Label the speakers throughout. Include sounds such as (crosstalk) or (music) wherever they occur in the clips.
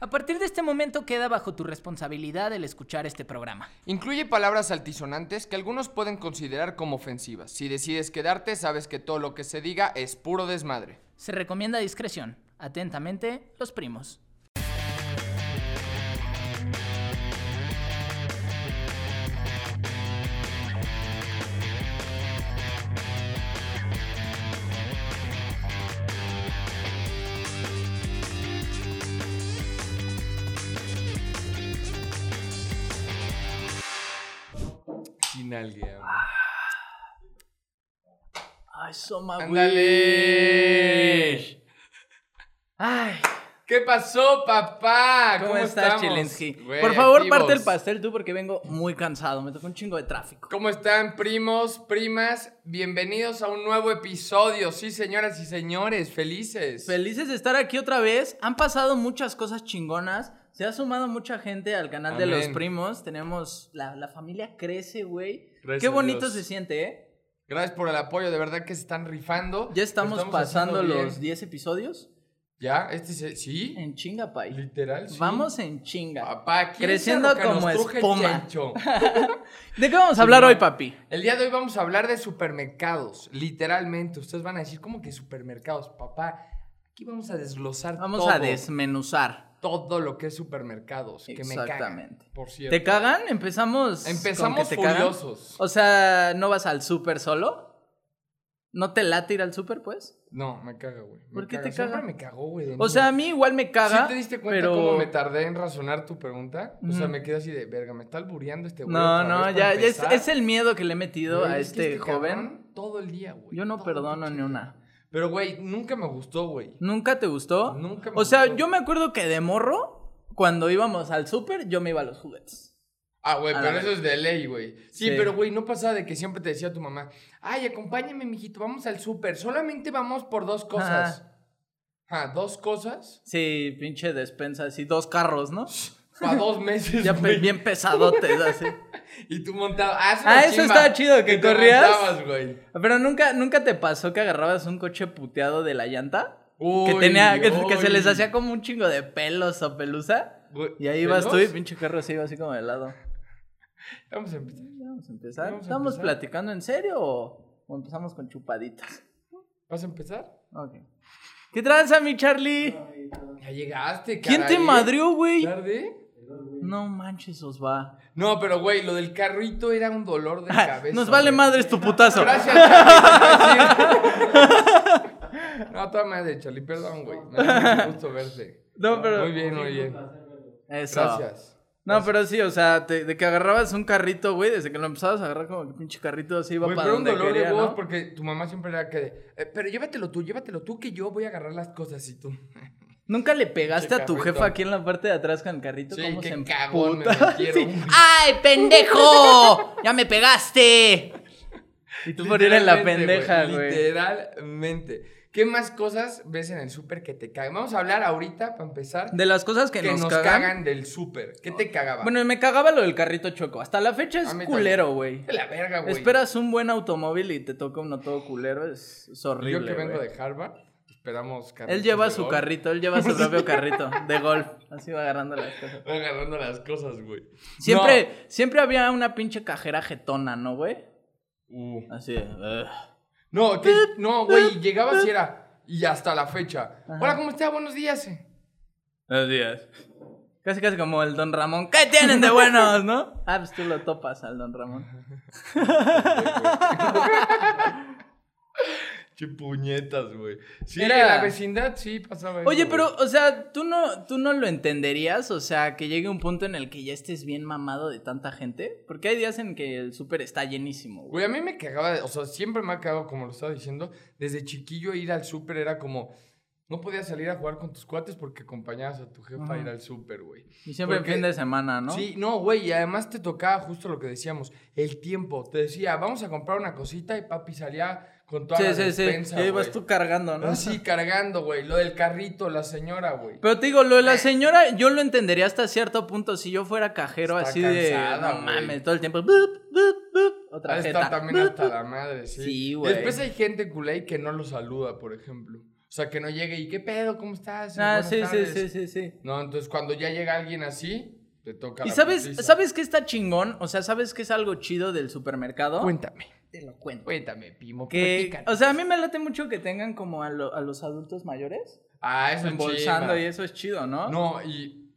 Speaker 1: A partir de este momento queda bajo tu responsabilidad el escuchar este programa.
Speaker 2: Incluye palabras altisonantes que algunos pueden considerar como ofensivas. Si decides quedarte, sabes que todo lo que se diga es puro desmadre.
Speaker 1: Se recomienda discreción. Atentamente, los primos.
Speaker 2: Sin alguien.
Speaker 1: Ay, Soma,
Speaker 2: ¡Ándale!
Speaker 1: Ay,
Speaker 2: ¿Qué pasó, papá?
Speaker 1: ¿cómo, estás,
Speaker 2: estamos?
Speaker 1: Chilensky?
Speaker 2: Güey,
Speaker 1: Por favor,
Speaker 2: activos.
Speaker 1: parte el pastel tú porque vengo muy cansado. Me tocó un chingo de tráfico.
Speaker 2: ¿Cómo están, primos, primas? Bienvenidos a un nuevo episodio. Sí, señoras y señores, felices.
Speaker 1: Felices de estar aquí otra vez. Han pasado muchas cosas chingonas. Se ha sumado mucha gente al canal de los
Speaker 2: Amén.
Speaker 1: primos. Tenemos. La, la familia crece, güey.
Speaker 2: Gracias
Speaker 1: Qué
Speaker 2: a
Speaker 1: bonito
Speaker 2: Dios.
Speaker 1: se siente, ¿eh?
Speaker 2: Gracias por el apoyo, de verdad que se están rifando.
Speaker 1: Ya estamos,
Speaker 2: Lo
Speaker 1: pasando
Speaker 2: haciendo bien.
Speaker 1: los 10 episodios
Speaker 2: Ya, este se- sí,
Speaker 1: en chinga, pay.
Speaker 2: literal. sí.
Speaker 1: Vamos en chinga.
Speaker 2: Papá, ¿quién
Speaker 1: Creciendo
Speaker 2: sabe lo que nos
Speaker 1: como
Speaker 2: truje el
Speaker 1: espuma.
Speaker 2: chancho?
Speaker 1: ¿De qué vamos a hablar
Speaker 2: Simón.
Speaker 1: hoy, papi?
Speaker 2: El día de hoy vamos a hablar de supermercados, literalmente. Ustedes van a decir, ¿cómo que supermercados? Papá, aquí vamos a desglosar
Speaker 1: Vamos
Speaker 2: todo,
Speaker 1: a desmenuzar.
Speaker 2: todo lo que es supermercados. Que me cagan,
Speaker 1: Exactamente.
Speaker 2: por cierto.
Speaker 1: ¿Te cagan? Empezamos. con
Speaker 2: Empezamos
Speaker 1: que te cagan.
Speaker 2: furiosos.
Speaker 1: O sea, ¿no vas al súper solo? ¿No te late ir al súper, pues?
Speaker 2: No, me caga, güey. me
Speaker 1: ¿Por qué
Speaker 2: caga.
Speaker 1: te caga?
Speaker 2: Siempre me cagó, güey. de
Speaker 1: O
Speaker 2: niño.
Speaker 1: sea, a mí igual me caga.
Speaker 2: ¿Sí te diste cuenta
Speaker 1: pero...
Speaker 2: cómo me tardé en razonar tu pregunta? O sea,
Speaker 1: Ujú.
Speaker 2: me quedé así de, verga, me está albureando este güey.
Speaker 1: No,
Speaker 2: otra
Speaker 1: no,
Speaker 2: vez para
Speaker 1: ya, ya es,
Speaker 2: empezar".
Speaker 1: es el miedo que le he metido
Speaker 2: Güey,
Speaker 1: a
Speaker 2: es que
Speaker 1: este joven.
Speaker 2: cabrón Todo el día, güey.
Speaker 1: Yo no
Speaker 2: todo
Speaker 1: perdono
Speaker 2: pinche
Speaker 1: ni
Speaker 2: día.
Speaker 1: una.
Speaker 2: Pero, güey, nunca me gustó, güey.
Speaker 1: ¿Nunca te gustó?
Speaker 2: Nunca me
Speaker 1: O sea,
Speaker 2: gustó.
Speaker 1: yo me acuerdo que de morro, cuando íbamos al súper, yo me iba a los juguetes.
Speaker 2: Ah, güey,
Speaker 1: A
Speaker 2: pero
Speaker 1: la
Speaker 2: eso es de ley, güey. Sí,
Speaker 1: Sí.
Speaker 2: pero, güey, no pasaba de que siempre te decía tu mamá, ay, acompáñame, mijito, vamos al súper, solamente vamos por dos cosas. Ah, dos cosas
Speaker 1: Sí, pinche despensa, así, dos carros, ¿no? (laughs)
Speaker 2: para dos meses,
Speaker 1: Ya pe-
Speaker 2: güey.
Speaker 1: bien pesadotes, así.
Speaker 2: Y tú montabas. Ah, es
Speaker 1: Ah,
Speaker 2: una
Speaker 1: eso
Speaker 2: chimba
Speaker 1: estaba chido, que
Speaker 2: te
Speaker 1: corrías.
Speaker 2: montabas, güey.
Speaker 1: Pero nunca, nunca te pasó que agarrabas un coche puteado de la llanta. que
Speaker 2: Uy,
Speaker 1: tenía, que, que se
Speaker 2: uy.
Speaker 1: les hacía como un chingo de pelos o pelusa.
Speaker 2: Güey,
Speaker 1: Y ahí ibas tú y
Speaker 2: ¿velos?
Speaker 1: pinche carro se iba así como de lado.
Speaker 2: Vamos a empezar.
Speaker 1: Ya Vamos a empezar.
Speaker 2: Vamos a
Speaker 1: ¿Estamos
Speaker 2: empezar.
Speaker 1: platicando en serio o, o empezamos con chupaditas?
Speaker 2: ¿Vas a empezar?
Speaker 1: Ok. ¿Qué tranza, mi Charlie?
Speaker 2: Ya llegaste,
Speaker 1: ¿Quién te
Speaker 2: caray. ¿eh?
Speaker 1: madrió, güey?
Speaker 2: ¿Tarde?
Speaker 1: No manches, os va.
Speaker 2: No, pero güey, lo del carrito era un dolor de cabeza.
Speaker 1: Nos vale
Speaker 2: güey.
Speaker 1: madres tu putazo.
Speaker 2: Gracias, Charlie, por decir. (laughs) No, toda madre, Charlie, perdón, güey. Me da mucho gusto verte.
Speaker 1: No, pero-
Speaker 2: Muy bien, muy bien.
Speaker 1: Eso.
Speaker 2: Gracias.
Speaker 1: No, pero sí, o sea, te- de que agarrabas un carrito, güey, desde que lo empezabas a agarrar como que pinche carrito así iba
Speaker 2: Güey,
Speaker 1: para
Speaker 2: pero un
Speaker 1: donde
Speaker 2: dolor
Speaker 1: quería,
Speaker 2: de voz
Speaker 1: ¿no?
Speaker 2: porque tu mamá siempre era que... de, "Eh, pero llévatelo tú, llévatelo tú que yo voy a agarrar las cosas y tú...
Speaker 1: ¿Nunca le pegaste
Speaker 2: Pinche
Speaker 1: a tu
Speaker 2: carrito.
Speaker 1: jefa aquí en la parte de atrás con el carrito?
Speaker 2: Sí,
Speaker 1: ¿Cómo
Speaker 2: qué
Speaker 1: se
Speaker 2: cagón me
Speaker 1: emputa? (laughs)
Speaker 2: metieron,
Speaker 1: Sí.
Speaker 2: güey.
Speaker 1: ¡Ay, pendejo!
Speaker 2: (laughs)
Speaker 1: ¡Ya me pegaste! Y tú por ir en la
Speaker 2: Literalmente,
Speaker 1: pendeja, güey.
Speaker 2: Literalmente. ¿Qué más cosas ves en el súper que te cagan? Vamos a hablar ahorita, para empezar,
Speaker 1: De las cosas que,
Speaker 2: que nos,
Speaker 1: cagan.
Speaker 2: cagan. del súper. ¿Qué te cagaba?
Speaker 1: Bueno, me cagaba lo del carrito choco. Hasta la fecha
Speaker 2: A
Speaker 1: es
Speaker 2: mí
Speaker 1: culero, güey.
Speaker 2: de la verga, güey.
Speaker 1: Esperas un buen automóvil y te toca uno todo culero. Es, es horrible.
Speaker 2: Yo que vengo
Speaker 1: güey.
Speaker 2: de Harvard, esperamos
Speaker 1: Él lleva
Speaker 2: carritos de
Speaker 1: su
Speaker 2: golf.
Speaker 1: carrito, él
Speaker 2: (laughs)
Speaker 1: lleva su propio carrito de golf. Así va agarrando las cosas.
Speaker 2: Voy agarrando las cosas, güey.
Speaker 1: Siempre, siempre había una pinche cajera jetona, ¿no, güey?
Speaker 2: No, Uh.
Speaker 1: Así. ugh.
Speaker 2: No, que- no, güey, llegabas y era. Y hasta la fecha. Hola, ¿cómo está? Buenos días. eh.
Speaker 1: Buenos días. Casi, casi como el Don Ramón. ¿Qué tienen de buenos, no? Ah, pues tú lo topas al Don Ramón.
Speaker 2: Che puñetas, güey. Sí,
Speaker 1: Era-
Speaker 2: en la vecindad sí pasaba eso,
Speaker 1: Oye,
Speaker 2: güey.
Speaker 1: pero, o sea, ¿tú no, tú no lo entenderías. O sea, que llegue un punto en el que ya estés bien mamado de tanta gente. Porque hay días en que el súper está llenísimo, güey.
Speaker 2: Güey, a mí me cagaba, de- o sea, siempre me ha cagado, como lo estaba diciendo, desde chiquillo ir al súper era como, no podías salir a jugar con tus cuates porque acompañabas a tu jefa a ir
Speaker 1: Ajá.
Speaker 2: al súper, güey.
Speaker 1: Y siempre en
Speaker 2: Porque-
Speaker 1: fin de semana, ¿no?
Speaker 2: Sí, no, güey, y además te tocaba justo lo que decíamos, el tiempo. Te decía, vamos a comprar una cosita y papi salía con toda la
Speaker 1: sí, sí. sí.
Speaker 2: despensa,
Speaker 1: Ya ibas
Speaker 2: güey. Ah,
Speaker 1: tú cargando, ¿no? (laughs)
Speaker 2: Así cargando, güey, lo del carrito, la señora, güey.
Speaker 1: Pero te digo, lo de la señora, yo lo entendería hasta cierto punto. Si yo fuera cajero
Speaker 2: Está
Speaker 1: así
Speaker 2: cansada,
Speaker 1: de. No
Speaker 2: güey.
Speaker 1: mames, todo el tiempo. bup, bup, bup, otra
Speaker 2: Ahí está
Speaker 1: jeta.
Speaker 2: también
Speaker 1: bup,
Speaker 2: hasta la madre, sí.
Speaker 1: Sí, güey.
Speaker 2: Después hay gente culé que no lo saluda, por ejemplo. O sea, que no llegue y, ¿qué pedo? ¿Cómo estás? Eh,
Speaker 1: Ah,
Speaker 2: buenas
Speaker 1: sí, sí,
Speaker 2: tardes".
Speaker 1: sí, sí, sí.
Speaker 2: No, entonces cuando ya llega alguien así, te toca
Speaker 1: ¿Y
Speaker 2: la
Speaker 1: sabes,
Speaker 2: putiza.
Speaker 1: sabes qué está chingón? O sea, ¿sabes qué es algo chido del supermercado?
Speaker 2: Cuéntame,
Speaker 1: Te lo cuento.
Speaker 2: cuéntame, Pimo,
Speaker 1: Que,
Speaker 2: platícanos.
Speaker 1: o sea, a mí me late mucho que tengan como a, lo- a los adultos mayores
Speaker 2: Ah, eso es
Speaker 1: embolsando
Speaker 2: chiva.
Speaker 1: y eso es chido, ¿no?
Speaker 2: No, y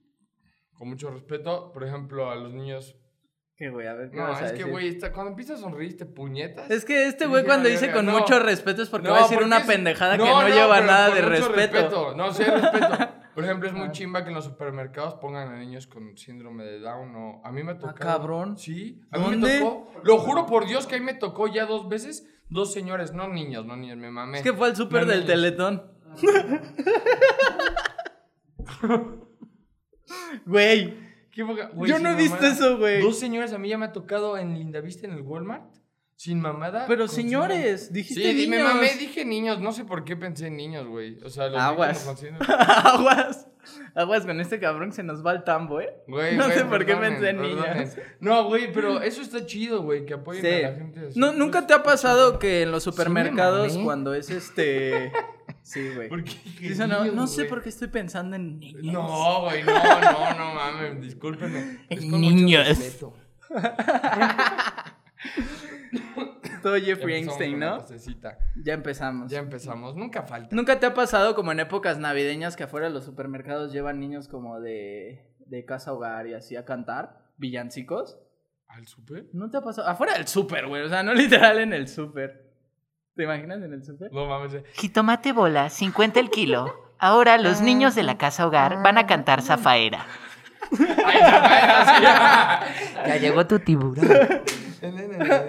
Speaker 2: con mucho respeto, por ejemplo, a los niños.
Speaker 1: Que güey, a ver qué
Speaker 2: No,
Speaker 1: vas a
Speaker 2: es que,
Speaker 1: decir?
Speaker 2: güey, está- cuando empiezas a sonreír, te puñetas.
Speaker 1: Es que este
Speaker 2: Sí,
Speaker 1: güey
Speaker 2: sí,
Speaker 1: cuando
Speaker 2: vale,
Speaker 1: dice
Speaker 2: verga.
Speaker 1: con
Speaker 2: No.
Speaker 1: mucho respeto es porque
Speaker 2: No,
Speaker 1: va a decir
Speaker 2: porque
Speaker 1: una
Speaker 2: es-
Speaker 1: pendejada
Speaker 2: No,
Speaker 1: que no,
Speaker 2: no,
Speaker 1: lleva
Speaker 2: pero
Speaker 1: nada
Speaker 2: con
Speaker 1: de
Speaker 2: mucho
Speaker 1: respeto. (laughs)
Speaker 2: No, sí hay respeto. Por ejemplo, es muy chimba que en los supermercados pongan a niños con síndrome de Down o... A mí me ha tocado...
Speaker 1: Ah, cabrón.
Speaker 2: Sí. A mí
Speaker 1: ¿Dónde?
Speaker 2: me tocó... Lo juro por Dios que ahí me tocó ya dos veces dos señores, no niños, no niños, me mamé.
Speaker 1: Es que fue al súper
Speaker 2: No,
Speaker 1: del
Speaker 2: niños. (laughs)
Speaker 1: Teletón. Güey,
Speaker 2: Qué poca- güey,
Speaker 1: Yo
Speaker 2: sin
Speaker 1: no he visto
Speaker 2: mamada.
Speaker 1: eso, güey.
Speaker 2: Dos señores a mí ya me ha tocado en Lindavista, en el Walmart, sin mamada.
Speaker 1: pero
Speaker 2: con síndrome-
Speaker 1: señores, dijiste
Speaker 2: Sí, me
Speaker 1: niños.
Speaker 2: mamé, dije niños, no sé por qué pensé en niños, güey. O sea, los vi
Speaker 1: Aguas.
Speaker 2: como con síndrome-
Speaker 1: (laughs) Aguas. Aguas con este cabrón que se nos va el tambo, ¿eh?
Speaker 2: Güey,
Speaker 1: No
Speaker 2: güey,
Speaker 1: sé por qué pensé en
Speaker 2: perdonen.
Speaker 1: niños.
Speaker 2: No, güey, pero eso está chido, güey, que apoyen
Speaker 1: Sí.
Speaker 2: a la gente. así.
Speaker 1: No, ¿Nunca te ha pasado que en los
Speaker 2: me
Speaker 1: supermercados
Speaker 2: mamé.
Speaker 1: cuando es
Speaker 2: (laughs)
Speaker 1: este... Sí, güey.
Speaker 2: ¿Por qué?
Speaker 1: (laughs) Dice, no,
Speaker 2: niños,
Speaker 1: no sé
Speaker 2: güey?
Speaker 1: por qué estoy pensando en niños.
Speaker 2: No, güey, no, no, no mames,
Speaker 1: (laughs)
Speaker 2: discúlpenme. Es con mucho
Speaker 1: Niños.
Speaker 2: respeto.
Speaker 1: Todo
Speaker 2: Ya
Speaker 1: Jeffrey
Speaker 2: empezamos
Speaker 1: Einstein,
Speaker 2: con la
Speaker 1: ¿no?
Speaker 2: frasecita.
Speaker 1: Ya empezamos.
Speaker 2: Ya empezamos, nunca falta.
Speaker 1: ¿Nunca te ha pasado como en épocas navideñas que afuera de los supermercados llevan niños como de, de casa hogar y así a cantar? ¿Villancicos?
Speaker 2: ¿Al super?
Speaker 1: ¿No te ha pasado? Afuera del súper, güey. O sea, no (laughs) literal en el súper. ¿Te imaginas en el súper? (laughs)
Speaker 2: No mames. eh.
Speaker 3: Jitomate bola, 50 el kilo. Ahora los niños de la casa hogar van a cantar Zafaera.
Speaker 2: Ay, (laughs) ya,
Speaker 3: Ya llegó tu tiburón.
Speaker 2: ya.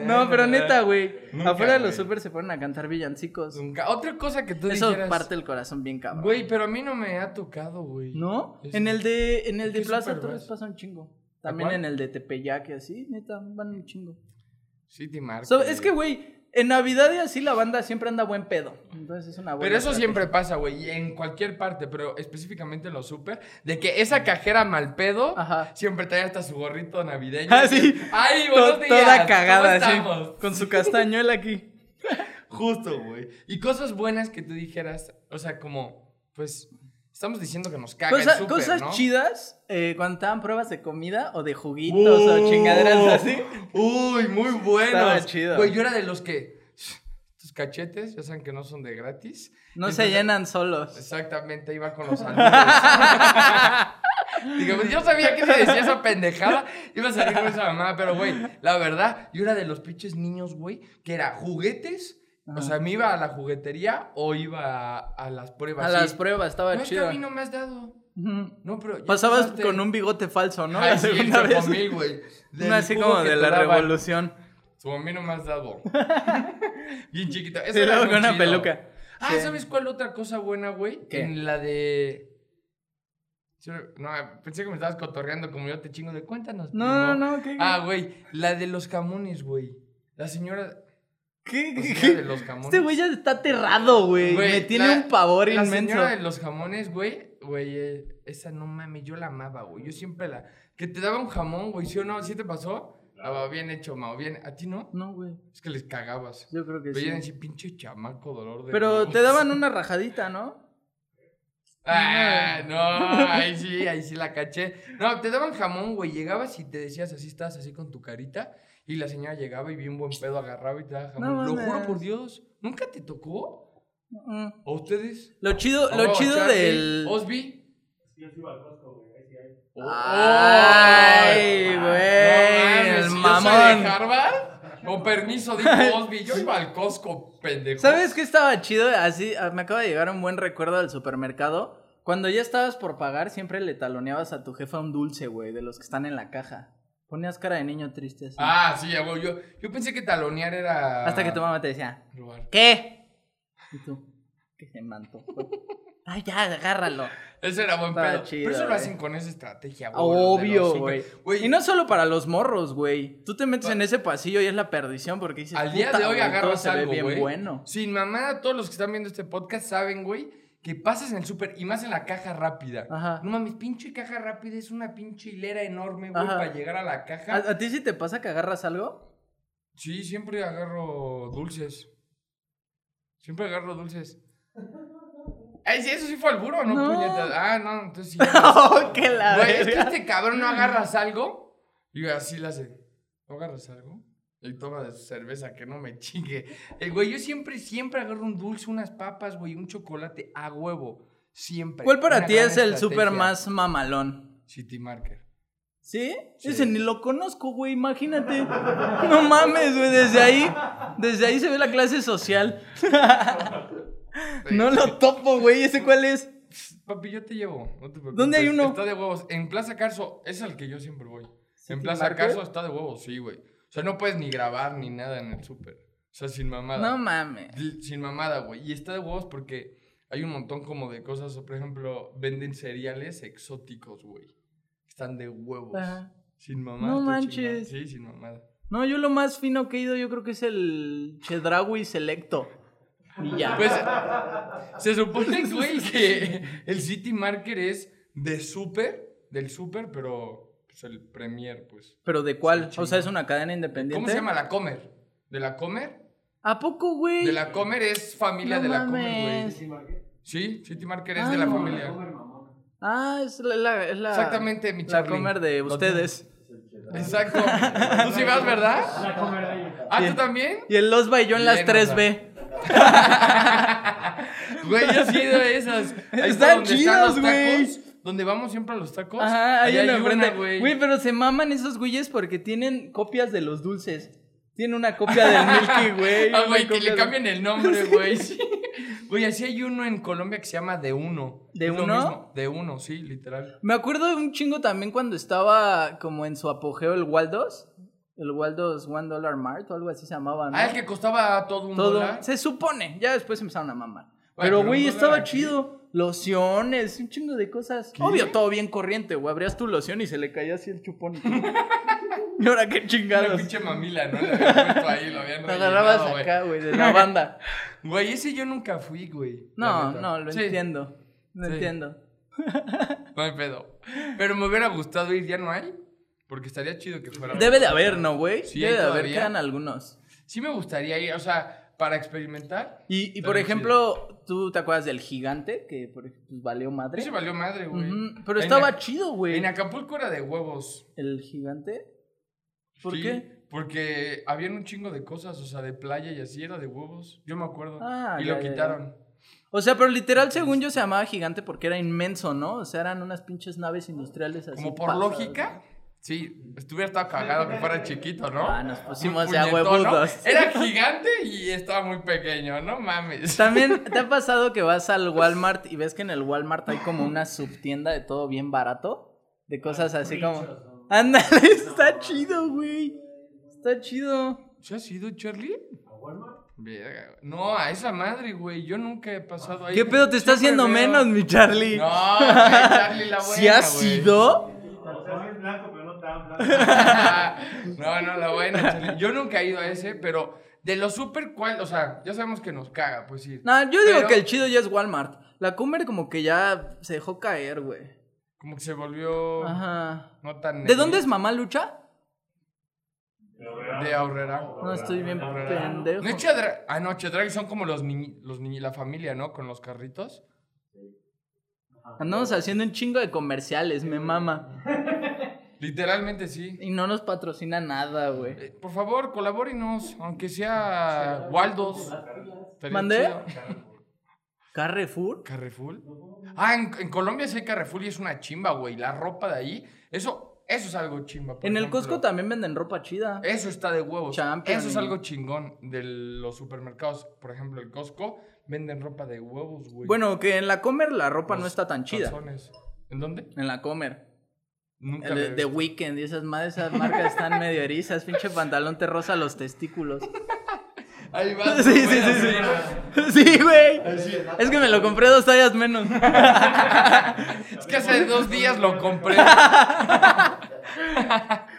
Speaker 1: No, pero neta, güey.
Speaker 2: Nunca,
Speaker 1: Afuera de los
Speaker 2: güey.
Speaker 1: súper se ponen a cantar villancicos.
Speaker 2: Nunca. Otra cosa que tú
Speaker 1: Eso
Speaker 2: dijeras.
Speaker 1: parte el corazón bien cabrón.
Speaker 2: Güey, pero a mí no me ha tocado, güey.
Speaker 1: ¿No?
Speaker 2: Es-
Speaker 1: En el de, en el de
Speaker 2: ¿Qué
Speaker 1: Plaza
Speaker 2: súper
Speaker 1: Torres
Speaker 2: vas?
Speaker 1: pasa un chingo.
Speaker 2: ¿A
Speaker 1: También
Speaker 2: cuál?
Speaker 1: en el de Tepeyac y así, neta, van un chingo.
Speaker 2: Sí, te marca.
Speaker 1: So, es que, güey, en Navidad y así la banda siempre anda buen pedo. Entonces es una buena.
Speaker 2: Pero eso
Speaker 1: estrategia.
Speaker 2: siempre pasa, güey, y en cualquier parte, pero específicamente en los súper, de que esa cajera mal pedo
Speaker 1: Ajá.
Speaker 2: siempre trae hasta su gorrito navideño.
Speaker 1: Ah, sí.
Speaker 2: ¡Ay,
Speaker 1: To-
Speaker 2: buenos días!
Speaker 1: Toda
Speaker 2: ¿cómo
Speaker 1: cagada, así,
Speaker 2: estamos?"
Speaker 1: Con su castañuela aquí.
Speaker 2: Justo, güey. Y cosas buenas que tú dijeras, o sea, como, pues, estamos diciendo que nos (laughs) caga
Speaker 1: Cosa-
Speaker 2: el súper,
Speaker 1: cosas
Speaker 2: ¿no?
Speaker 1: chidas, eh, cuando estaban pruebas de comida o de juguitos o chingaderas así.
Speaker 2: Uh, Uy, muy bueno.
Speaker 1: Estaba chido.
Speaker 2: Güey, yo era de los que. Tus cachetes, ya saben que no son de gratis.
Speaker 1: No se
Speaker 2: Entonces-
Speaker 1: llenan solos.
Speaker 2: Exactamente, iba con
Speaker 1: (laughs)
Speaker 2: los amigos. Digo, pues, yo sabía que se decía esa pendejada, iba a salir con esa mamá, pero güey, la verdad, yo era de los pinches niños, güey, que era juguetes, o sea, me iba a la juguetería o iba a, a las pruebas.
Speaker 1: A
Speaker 2: sí.
Speaker 1: las pruebas estaba
Speaker 2: No, es que
Speaker 1: chido.
Speaker 2: a mí no me has dado.
Speaker 1: Ujú.
Speaker 2: No, pero ya
Speaker 1: Pasabas
Speaker 2: pasaste.
Speaker 1: con un bigote falso, ¿no?
Speaker 2: Ay,
Speaker 1: la
Speaker 2: sí, el
Speaker 1: segunda vez.
Speaker 2: Chocomil, güey. Del
Speaker 1: Una así
Speaker 2: jugo
Speaker 1: como
Speaker 2: que
Speaker 1: de
Speaker 2: te
Speaker 1: la
Speaker 2: daban.
Speaker 1: revolución.
Speaker 2: Su a mí no me
Speaker 1: (laughs)
Speaker 2: has dado. Bien chiquito. Eso
Speaker 1: Y
Speaker 2: era
Speaker 1: luego (laughs)
Speaker 2: muy
Speaker 1: con una
Speaker 2: chido.
Speaker 1: peluca.
Speaker 2: Ah,
Speaker 1: Sí.
Speaker 2: ¿sabes cuál otra cosa buena, güey?
Speaker 1: ¿Qué?
Speaker 2: En la de. No, pensé que me estabas cotorreando como yo te chingo de cuéntanos.
Speaker 1: No, no,
Speaker 2: primo".
Speaker 1: no. ¿qué,
Speaker 2: Ah, güey, la de los jamones, güey. La señora,
Speaker 1: qué- (laughs)
Speaker 2: la
Speaker 1: qué-
Speaker 2: señora de los jamones.
Speaker 1: Este güey ya está aterrado, güey.
Speaker 2: Güey,
Speaker 1: Me tiene
Speaker 2: la-
Speaker 1: un pavor
Speaker 2: la
Speaker 1: inmenso.
Speaker 2: señora de los jamones, güey, güey, eh, esa no mames, yo la amaba, güey. Yo siempre la que te daba un jamón, güey, ¿sí o no? ¿Sí te pasó? Ah, bien hecho, Mao, bien. ¿A ti no?
Speaker 1: No, güey.
Speaker 2: Es que les cagabas.
Speaker 1: Yo creo que
Speaker 2: Veían
Speaker 1: sí.
Speaker 2: así, pinche chamaco, dolor de.
Speaker 1: Pero
Speaker 2: huevos".
Speaker 1: te daban una rajadita, ¿no?
Speaker 2: Ah, no, ahí sí, ahí sí la caché. No, te daban jamón, güey. Llegabas y te decías así, estabas así con tu carita. Y la señora llegaba y bien buen pedo agarraba y te daba jamón.
Speaker 1: No
Speaker 2: Lo juro
Speaker 1: mames.
Speaker 2: por Dios. ¿Nunca te tocó?
Speaker 1: Mm.
Speaker 2: ¿A ustedes?
Speaker 1: Lo chido, lo
Speaker 2: Oh,
Speaker 1: chido
Speaker 2: Charlie,
Speaker 1: del.
Speaker 2: Osby. Oh.
Speaker 1: Ay,
Speaker 2: No
Speaker 1: güey, el
Speaker 2: Oh, mames, ¿yo soy
Speaker 1: mamón.
Speaker 2: de Harvard? Con
Speaker 1: (laughs)
Speaker 2: permiso, dijo Osby. Yo iba al Costco, pendejo.
Speaker 1: ¿Sabes qué estaba chido? Así ah, me acaba de llegar un buen recuerdo del supermercado. Cuando ya estabas por pagar, siempre le taloneabas a tu jefa un dulce, güey, de los que están en la caja. Ponías cara de niño triste así.
Speaker 2: Ah, sí, güey. Yo, yo pensé que talonear era.
Speaker 1: Hasta que tu mamá te decía,
Speaker 2: robar.
Speaker 1: ¿qué? Y tú, que se manto. Ay, ya, agárralo.
Speaker 2: Eso era buen
Speaker 1: Estaba
Speaker 2: pedo.
Speaker 1: chido,
Speaker 2: Pero eso lo
Speaker 1: güey.
Speaker 2: hacen con esa estrategia, los
Speaker 1: Obvio,
Speaker 2: de los
Speaker 1: güey.
Speaker 2: super-
Speaker 1: Y no solo para los morros, güey. Tú te metes en ese pasillo y es la perdición porque dices,
Speaker 2: Al día
Speaker 1: "Puta,
Speaker 2: de hoy
Speaker 1: güey, todo
Speaker 2: agarras
Speaker 1: se ve
Speaker 2: algo,
Speaker 1: bien
Speaker 2: güey.
Speaker 1: bueno.
Speaker 2: Sin mamada, todos los que están viendo este podcast saben, güey, que pasas en el súper y más en la caja rápida.
Speaker 1: Ajá.
Speaker 2: No mames, pinche caja rápida es una pinche hilera enorme, güey,
Speaker 1: Ajá.
Speaker 2: para llegar a la
Speaker 1: ¿A,
Speaker 2: caja.
Speaker 1: a ti sí te pasa que agarras
Speaker 2: (laughs)
Speaker 1: algo? (laughs)
Speaker 2: Sí, siempre agarro dulces. Siempre agarro dulces. Ay, sí, eso sí fue alburo, ¿no?
Speaker 1: No.
Speaker 2: puñetas? Ah,
Speaker 1: (laughs)
Speaker 2: no, entonces sí.
Speaker 1: Oh, qué la
Speaker 2: Güey, es que
Speaker 1: verga.
Speaker 2: este cabrón no agarras algo. Y así la hace. ¿No agarras algo? Y toma de su cerveza, que no me chingue. El güey, yo siempre, siempre agarro un dulce, unas papas, güey, un chocolate a huevo. Siempre.
Speaker 1: ¿Cuál para
Speaker 2: Una
Speaker 1: ti
Speaker 2: gran
Speaker 1: es el
Speaker 2: estrategia.
Speaker 1: súper más mamalón?
Speaker 2: City Marker.
Speaker 1: ¿Sí?
Speaker 2: Sí.
Speaker 1: Ese ni lo conozco, güey, imagínate. (laughs) No mames, güey, desde ahí, desde ahí se ve la clase social. (laughs) No lo topo, güey, ¿ese cuál es?
Speaker 2: Papi, yo te llevo. no te preocupes.
Speaker 1: ¿Dónde hay uno?
Speaker 2: Está de huevos. En Plaza Carso, es al que yo siempre voy. En
Speaker 1: ¿City
Speaker 2: Plaza
Speaker 1: Market?
Speaker 2: Carso está de huevos, sí, güey. O sea, no puedes ni grabar ni nada en el súper. O sea, sin mamada.
Speaker 1: No mames.
Speaker 2: L- Sin mamada, güey. Y está de huevos porque hay un montón como de cosas. Por ejemplo, venden cereales exóticos, güey. Están de huevos.
Speaker 1: Ajá.
Speaker 2: Sin mamada.
Speaker 1: No
Speaker 2: está
Speaker 1: manches.
Speaker 2: chingón. Sí, sin mamada.
Speaker 1: No, yo lo más fino que he ido, yo creo que es el Chedraui Selecto. Y ya.
Speaker 2: Pues
Speaker 1: (laughs)
Speaker 2: se supone, güey, que el City Marker es de súper, del súper, pero pues, el Premier, pues.
Speaker 1: ¿Pero de cuál?
Speaker 2: Sí,
Speaker 1: O sea, es una cadena independiente.
Speaker 2: ¿Cómo se llama? La Comer. ¿De la Comer?
Speaker 1: ¿A poco, güey?
Speaker 2: De la Comer es familia
Speaker 1: No
Speaker 2: de la Comer,
Speaker 1: mames.
Speaker 2: güey. Sí, City Marker es de
Speaker 1: Ah,
Speaker 2: la
Speaker 1: no.
Speaker 2: familia.
Speaker 1: Ah, es la, la- es la-
Speaker 2: Exactamente, mi
Speaker 1: la
Speaker 2: Charlie.
Speaker 1: comer de ustedes.
Speaker 2: Exacto.
Speaker 1: (laughs)
Speaker 2: Tú sí vas, ¿verdad?
Speaker 4: La comer de ella.
Speaker 2: Ah, ¿tú también?
Speaker 1: Y el Los Bailó en las
Speaker 2: Bien,
Speaker 1: 3B.
Speaker 2: Güey, yo sí he ido a esas. Ahí
Speaker 1: Están
Speaker 2: donde
Speaker 1: chidos,
Speaker 2: los
Speaker 1: güey.
Speaker 2: tacos, Donde vamos siempre a los tacos.
Speaker 1: Ajá, hay
Speaker 2: Ahí
Speaker 1: uno
Speaker 2: una,
Speaker 1: enfrente. Güey, pero se maman esos güeyes porque tienen copias de los dulces. Tienen una copia del
Speaker 2: (laughs)
Speaker 1: Milky, güey.
Speaker 2: Ah,
Speaker 1: una
Speaker 2: güey, que
Speaker 1: copia
Speaker 2: le
Speaker 1: de-
Speaker 2: cambien
Speaker 1: (laughs)
Speaker 2: el nombre, güey. sí. Güey, así hay uno en Colombia que se llama De Uno.
Speaker 1: ¿De
Speaker 2: Es lo
Speaker 1: Uno?
Speaker 2: mismo, De Uno, sí, literal.
Speaker 1: Me acuerdo de un chingo también cuando estaba como en su apogeo el Waldos. El Waldos One Dollar Mart o algo así se llamaba, ¿no?
Speaker 2: Ah, el que costaba todo un
Speaker 1: Todo.
Speaker 2: dólar.
Speaker 1: Se supone. Ya después empezaron a mamar.
Speaker 2: pero
Speaker 1: Pero,
Speaker 2: un
Speaker 1: güey,
Speaker 2: dólar
Speaker 1: estaba
Speaker 2: aquí.
Speaker 1: chido. Lociones, un chingo de cosas. Obvio, todo bien corriente, güey. Abrías tu loción y se le caía así el chupón. (laughs) y ahora qué
Speaker 2: Una
Speaker 1: chingados.
Speaker 2: pinche mamila, ¿no? Le habían puesto ahí, lo habían
Speaker 1: Te agarrabas
Speaker 2: rellenado, güey.
Speaker 1: acá, güey, de la banda.
Speaker 2: Güey, ese yo nunca fui, güey. (laughs) la
Speaker 1: No,
Speaker 2: neta.
Speaker 1: no, lo
Speaker 2: Sí,
Speaker 1: entiendo. Lo
Speaker 2: Sí.
Speaker 1: entiendo.
Speaker 2: No hay pedo. Pero me hubiera gustado ir, ya no hay. Porque estaría chido que fuera.
Speaker 1: Debe de haber, ¿no, güey?
Speaker 2: Sí,
Speaker 1: Debe
Speaker 2: hay
Speaker 1: de haber,
Speaker 2: todavía.
Speaker 1: quedan algunos.
Speaker 2: Sí me gustaría ir, o sea, para experimentar.
Speaker 1: Y, y
Speaker 2: Está
Speaker 1: por
Speaker 2: bien
Speaker 1: ejemplo, ¿tú te acuerdas del gigante? Que por ejemplo, pues, valió madre.
Speaker 2: Eso valió madre, güey.
Speaker 1: Ujú, Pero
Speaker 2: En
Speaker 1: estaba
Speaker 2: Ac-
Speaker 1: chido, güey.
Speaker 2: En Acapulco era de huevos.
Speaker 1: ¿El gigante? ¿Por
Speaker 2: Sí,
Speaker 1: qué?
Speaker 2: Porque habían un chingo de cosas, o sea, de playa y así era de huevos. Yo me acuerdo.
Speaker 1: Ah,
Speaker 2: y
Speaker 1: ya,
Speaker 2: lo
Speaker 1: ya, ya.
Speaker 2: quitaron.
Speaker 1: O sea, pero literal, según yo, se llamaba gigante porque era inmenso, ¿no? O sea, eran unas pinches naves industriales así.
Speaker 2: Como por
Speaker 1: pasadas.
Speaker 2: lógica. Sí, estuviera estado cagado que fuera chiquito, ¿no?
Speaker 1: Ah, nos pusimos
Speaker 2: Muy
Speaker 1: ya
Speaker 2: puñetón, ¿no?
Speaker 1: huevudos.
Speaker 2: Era gigante y estaba muy pequeño, no mames. (laughs)
Speaker 1: También te ha pasado que vas al Walmart y ves que en el Walmart hay como una subtienda de todo bien barato. De cosas así como. Ándale, está chido, güey. Está chido.
Speaker 2: ¿Se has ido, Charlie? Verga, güey. No, a esa madre, güey. Yo nunca he pasado ahí.
Speaker 1: ¿Qué pedo te está
Speaker 2: Siempre
Speaker 1: haciendo
Speaker 2: veo-
Speaker 1: menos, mi Charlie?
Speaker 2: No, güey,
Speaker 1: (laughs)
Speaker 2: Charlie la buena.
Speaker 1: ¿Si has
Speaker 2: güey.
Speaker 1: sido?
Speaker 4: O sea, sí es blanco, pero no tan blanco.
Speaker 2: (laughs) no, no, la buena, Charlie. Yo nunca he ido a ese, pero de los super cual, o sea, ya sabemos que nos caga, pues ir.
Speaker 1: No, yo digo
Speaker 2: Pero-
Speaker 1: que el chido ya es Walmart. La Comer como que ya se dejó caer, güey.
Speaker 2: Como que se volvió
Speaker 1: Ajá.
Speaker 2: no tan.
Speaker 1: ¿De dónde es mamá Lucha?
Speaker 2: De Aurrera.
Speaker 1: No, estoy bien
Speaker 2: Aurrera.
Speaker 1: pendejo.
Speaker 2: No es Chedrag. Ah, no, Chedrag son como los niñi, los niñi, la familia, ¿no? Con los carritos.
Speaker 1: Andamos haciendo un chingo de comerciales, me mama.
Speaker 2: Literalmente sí.
Speaker 1: Y no nos patrocina nada, güey.
Speaker 2: Eh, por favor, colabórenos, aunque sea Waldos. Estaría
Speaker 1: ¿Mandé?
Speaker 2: chido.
Speaker 1: ¿Carrefour?
Speaker 2: ¿Carrefour? Ah, en, en Colombia sí hay Carrefour y es una chimba, güey. La ropa de ahí, eso, eso es algo chimba. por
Speaker 1: En el
Speaker 2: ejemplo.
Speaker 1: Costco también venden ropa chida.
Speaker 2: Eso está de huevos.
Speaker 1: Champion.
Speaker 2: Eso es algo chingón de los supermercados. Por ejemplo, el Costco venden ropa de huevos, güey.
Speaker 1: Bueno, que en la Comer la ropa no
Speaker 2: Los
Speaker 1: está tan chida.
Speaker 2: calzones. ¿En dónde?
Speaker 1: En la Comer.
Speaker 2: Nunca.
Speaker 1: El de-
Speaker 2: le-
Speaker 1: The Weeknd y esas madres, esas marcas
Speaker 2: (laughs)
Speaker 1: están medio erizas. Pinche pantalón te roza los testículos.
Speaker 2: Ahí va.
Speaker 1: (laughs) Sí, sí, sí, sí. Sí, güey. Es que me lo compré dos tallas menos. (laughs)
Speaker 2: Es que hace dos días lo compré.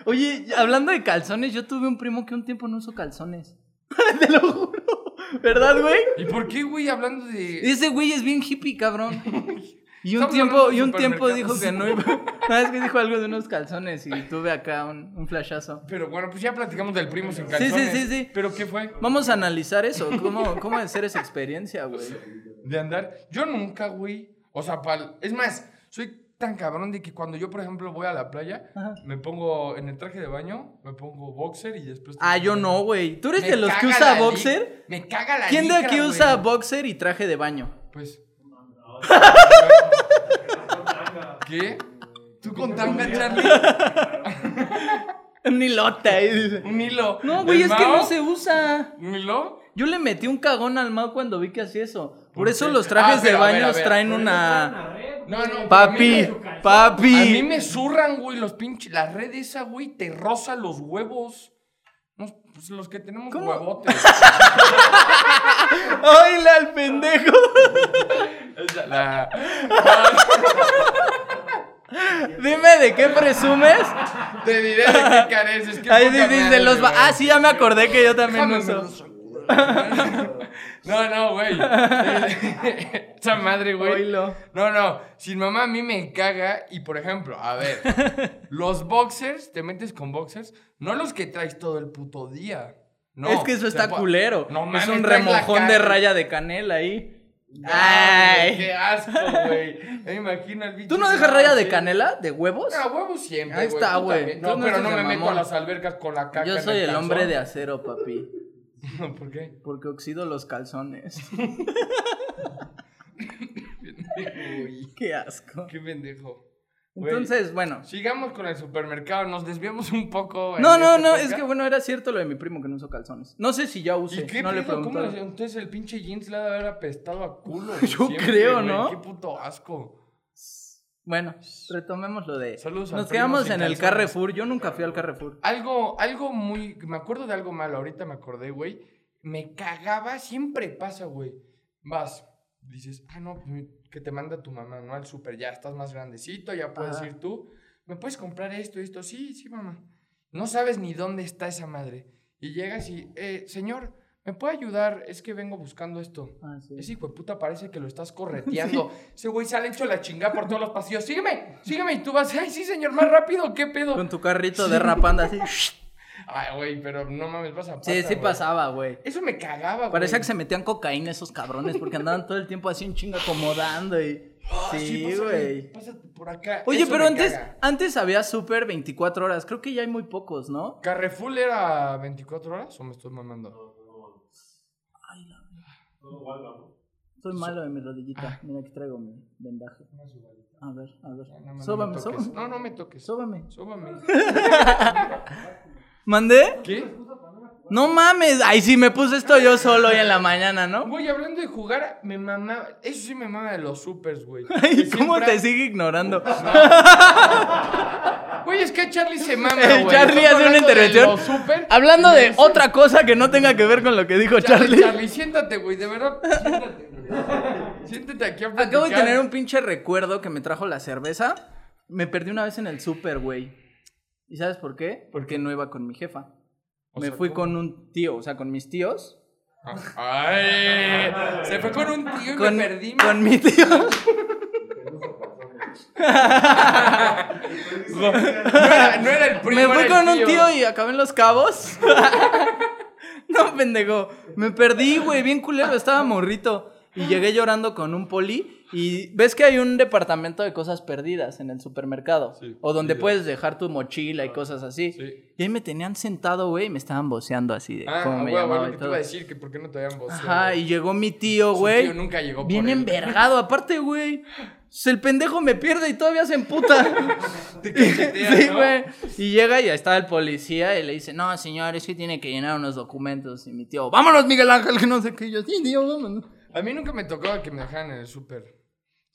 Speaker 1: Oye, hablando de calzones, yo tuve un primo que un tiempo no usó calzones. (laughs) Te lo juro. ¿Verdad, güey?
Speaker 2: ¿Y por qué, güey, hablando de.
Speaker 1: Ese güey es bien hippie,
Speaker 2: (laughs)
Speaker 1: cabrón. Y un
Speaker 2: Estamos
Speaker 1: tiempo,
Speaker 2: hablando de
Speaker 1: y un tiempo dijo
Speaker 2: supermercados.
Speaker 1: que no iba. (laughs) No, es que dijo algo de unos calzones y tuve acá un, un flashazo.
Speaker 2: Pero bueno, pues ya platicamos del primo sin
Speaker 1: sí,
Speaker 2: calzones.
Speaker 1: sí, sí.
Speaker 2: ¿Pero qué fue?
Speaker 1: Vamos a analizar eso, cómo, cómo hacer esa experiencia, güey.
Speaker 2: de andar. Yo nunca, güey. O sea, pal- es más, soy tan cabrón de que cuando yo, por ejemplo, voy a la playa,
Speaker 1: Ajá.
Speaker 2: me pongo en el traje de baño, me pongo boxer y después.
Speaker 1: Ah, yo no, güey. ¿Tú eres
Speaker 2: Me
Speaker 1: de los que
Speaker 2: caga la
Speaker 1: usa
Speaker 2: li-
Speaker 1: boxer?
Speaker 2: Me caga la
Speaker 1: ¿Quién de
Speaker 2: licra,
Speaker 1: aquí
Speaker 2: güey.
Speaker 1: usa boxer y traje de baño? (laughs)
Speaker 2: Pues. ¿Qué? ¿Tú con tanga, Charlie?
Speaker 1: Un hilote ahí, eh, dice.
Speaker 2: Un hilo.
Speaker 1: No, güey,
Speaker 2: ¿El
Speaker 1: es que
Speaker 2: Mao?
Speaker 1: no se usa.
Speaker 2: ¿Un hilo?
Speaker 1: Yo le metí un cagón al Mau cuando vi que hacía eso. Por,
Speaker 2: ¿Por
Speaker 1: eso
Speaker 2: qué?
Speaker 1: los trajes
Speaker 2: Ah, pero
Speaker 1: de
Speaker 2: a ver,
Speaker 1: baño
Speaker 2: a ver.
Speaker 1: traen
Speaker 2: Pero
Speaker 1: una.
Speaker 2: No, no. pero a mí
Speaker 1: Papi,
Speaker 2: me-
Speaker 1: papi.
Speaker 2: A mí me zurran, güey, los pinches. La red esa, güey, te roza los huevos. Nos- pues, los que tenemos
Speaker 1: ¿Cómo?
Speaker 2: huevotes.
Speaker 1: ¡Ay, al pendejo!
Speaker 2: Esa, la-
Speaker 1: Dime de qué presumes.
Speaker 2: Te diré de qué careces. qué
Speaker 1: Ahí
Speaker 2: poca
Speaker 1: dice
Speaker 2: madre,
Speaker 1: los. ba-
Speaker 2: güey.
Speaker 1: Ah, sí, ya me acordé que yo también
Speaker 2: Déjame, me
Speaker 1: uso.
Speaker 2: los sacudo. No, no, güey. (laughs) Esa madre, güey.
Speaker 1: Oílo.
Speaker 2: No, no, sin mamá a mí me caga y por ejemplo, a ver, los boxers, te metes con boxers, no los que traes todo el puto día. No,
Speaker 1: es que eso
Speaker 2: o sea,
Speaker 1: está
Speaker 2: pa-
Speaker 1: culero.
Speaker 2: No
Speaker 1: es
Speaker 2: mames,
Speaker 1: un
Speaker 2: traes la
Speaker 1: remojón
Speaker 2: cara-
Speaker 1: de raya de canela ahí.
Speaker 2: No, güey,
Speaker 1: Ay.
Speaker 2: Qué asco, güey. Me imagino el bicho.
Speaker 1: ¿Tú no dejas raya de canela? ¿De huevos?
Speaker 2: A huevo siempre.
Speaker 1: Ahí está,
Speaker 2: tú
Speaker 1: güey.
Speaker 2: también.
Speaker 1: Tú
Speaker 2: No,
Speaker 1: no
Speaker 2: pero
Speaker 1: eres
Speaker 2: no
Speaker 1: de
Speaker 2: me meto a
Speaker 1: mamón.
Speaker 2: las albercas con la caca.
Speaker 1: Yo
Speaker 2: en
Speaker 1: soy el
Speaker 2: calzón. (laughs)
Speaker 1: hombre de acero, papi.
Speaker 2: ¿Por qué?
Speaker 1: Porque oxido los calzones. (laughs)
Speaker 2: Uy,
Speaker 1: Qué asco.
Speaker 2: qué pendejo. Güey,
Speaker 1: Entonces, bueno.
Speaker 2: Sigamos con el supermercado, nos desviamos un poco. en
Speaker 1: No, no,
Speaker 2: este
Speaker 1: no,
Speaker 2: podcast.
Speaker 1: es que bueno, era cierto lo de mi primo que no usó calzones. No sé si ya
Speaker 2: ¿Y
Speaker 1: usé,
Speaker 2: qué
Speaker 1: no le
Speaker 2: pedo? ¿Cómo
Speaker 1: pregunté.
Speaker 2: le- Entonces el pinche jeans le ha de haber apestado a culo. güey,
Speaker 1: (laughs) Yo creo,
Speaker 2: güey,
Speaker 1: ¿no?
Speaker 2: Qué puto asco.
Speaker 1: Bueno, retomemos lo de.
Speaker 2: Saludos a
Speaker 1: Nos
Speaker 2: primos
Speaker 1: quedamos
Speaker 2: sin
Speaker 1: en el
Speaker 2: calzones.
Speaker 1: Carrefour. Yo nunca fui al Carrefour.
Speaker 2: Algo, algo muy. Me acuerdo de algo malo, ahorita me acordé, güey. Me cagaba, siempre pasa, güey. Vas, dices, ah, no, pues, que te manda tu mamá, ¿no? Al super, ya estás más grandecito, ya puedes
Speaker 1: Ajá.
Speaker 2: ir tú. ¿Me puedes comprar esto, esto? Sí, sí, mamá. No sabes ni dónde está esa madre. Y llegas y, eh, señor, ¿me puede ayudar? Es que vengo buscando esto.
Speaker 1: Ah, sí.
Speaker 2: Ese hijo de puta parece que lo
Speaker 1: (laughs)
Speaker 2: estás correteando. Ese güey sale hecho la chingada por todos los pasillos. Sígueme, sígueme. Y tú vas, ay, sí, señor, más rápido, ¿qué pedo?
Speaker 1: Con tu carrito derrapando
Speaker 2: (laughs)
Speaker 1: así.
Speaker 2: Ay, güey, pero no mames, vas a pasar.
Speaker 1: Sí, sí pasaba, güey.
Speaker 2: Eso me cagaba, güey.
Speaker 1: Parecía que se metían cocaína esos cabrones porque andaban todo el tiempo así en chinga acomodando y.
Speaker 2: Ah,
Speaker 1: Sí,
Speaker 2: pásale,
Speaker 1: güey.
Speaker 2: Pásate por acá.
Speaker 1: Oye,
Speaker 2: Eso
Speaker 1: pero
Speaker 2: me
Speaker 1: antes,
Speaker 2: caga.
Speaker 1: antes había Super 24 horas. Creo que ya hay muy pocos, ¿no?
Speaker 2: ¿Carrefour era 24 horas o me estoy mamando?
Speaker 1: Soy malo de mi rodillita.
Speaker 2: Ah.
Speaker 1: Mira que traigo mi vendaje. A ver, a ver.
Speaker 2: No, no, no me
Speaker 1: Sóbame,
Speaker 2: toques.
Speaker 1: sóbame.
Speaker 2: No, no me toques.
Speaker 1: Sóbame.
Speaker 2: Sóbame.
Speaker 1: ¿Mandé?
Speaker 2: ¿Qué?
Speaker 1: No mames. Ay, sí, me puse esto yo solo hoy en la mañana, ¿no?
Speaker 2: Güey, hablando de jugar, me mamaba. Eso sí me mamaba de los supers, güey.
Speaker 1: (laughs) Ay,
Speaker 2: Que
Speaker 1: ¿cómo
Speaker 2: siempre-
Speaker 1: te sigue ignorando?
Speaker 2: (laughs) Güey, es que Charlie se mama,
Speaker 1: (laughs) El
Speaker 2: güey.
Speaker 1: Charlie
Speaker 2: Estamos
Speaker 1: hace una
Speaker 2: hablando de
Speaker 1: intervención.
Speaker 2: los super.
Speaker 1: Hablando
Speaker 2: Y me
Speaker 1: de
Speaker 2: dice,
Speaker 1: otra cosa que no tenga que ver con lo que dijo
Speaker 2: Charlie,
Speaker 1: Charlie.
Speaker 2: Charlie, siéntate, güey, de verdad. Siéntate, güey. Siéntate aquí a
Speaker 1: (laughs)
Speaker 2: platicar.
Speaker 1: Acabo de tener un pinche recuerdo que me trajo la cerveza. Me perdí una vez en el súper, güey. ¿Y sabes por qué? Porque no iba con mi jefa.
Speaker 2: O
Speaker 1: me
Speaker 2: sea,
Speaker 1: fui
Speaker 2: ¿cómo?
Speaker 1: con un tío, o sea, con mis tíos.
Speaker 2: Ay, se fue con un tío y
Speaker 1: Con,
Speaker 2: me perdí.
Speaker 1: con mi tío.
Speaker 2: No era, no era el primo,
Speaker 1: Me fui
Speaker 2: era el
Speaker 1: con un tío y acabé en Los Cabos. (laughs) no, pendejo. Me perdí, güey, bien culero. Estaba morrito. Y llegué llorando con un poli. Y ves que hay un departamento de cosas perdidas en el supermercado.
Speaker 2: Sí,
Speaker 1: o donde
Speaker 2: perdidas.
Speaker 1: puedes dejar tu mochila y cosas así.
Speaker 2: Sí.
Speaker 1: Y ahí me tenían sentado, güey, y me estaban voceando así de
Speaker 2: Ah,
Speaker 1: cómo me
Speaker 2: güey,
Speaker 1: llamaba
Speaker 2: lo que
Speaker 1: y
Speaker 2: te
Speaker 1: todo.
Speaker 2: iba a decir, que por qué no te habían voceado.
Speaker 1: Ajá, y llegó mi tío,
Speaker 2: Su
Speaker 1: güey.
Speaker 2: tío nunca llegó por
Speaker 1: Bien
Speaker 2: él. (laughs)
Speaker 1: envergado, aparte, güey. pues, El pendejo me pierde y todavía se
Speaker 2: (laughs)
Speaker 1: emputa.
Speaker 2: Te cacheteas,
Speaker 1: Sí,
Speaker 2: ¿no?
Speaker 1: güey. Y llega y ahí está el policía y le dice, no, señor, es que tiene que llenar unos documentos. Y mi tío, vámonos, Miguel Ángel, que no sé qué. Y yo, sí, tío, vámonos.
Speaker 2: A mí nunca me tocaba que me dejaran en el súper.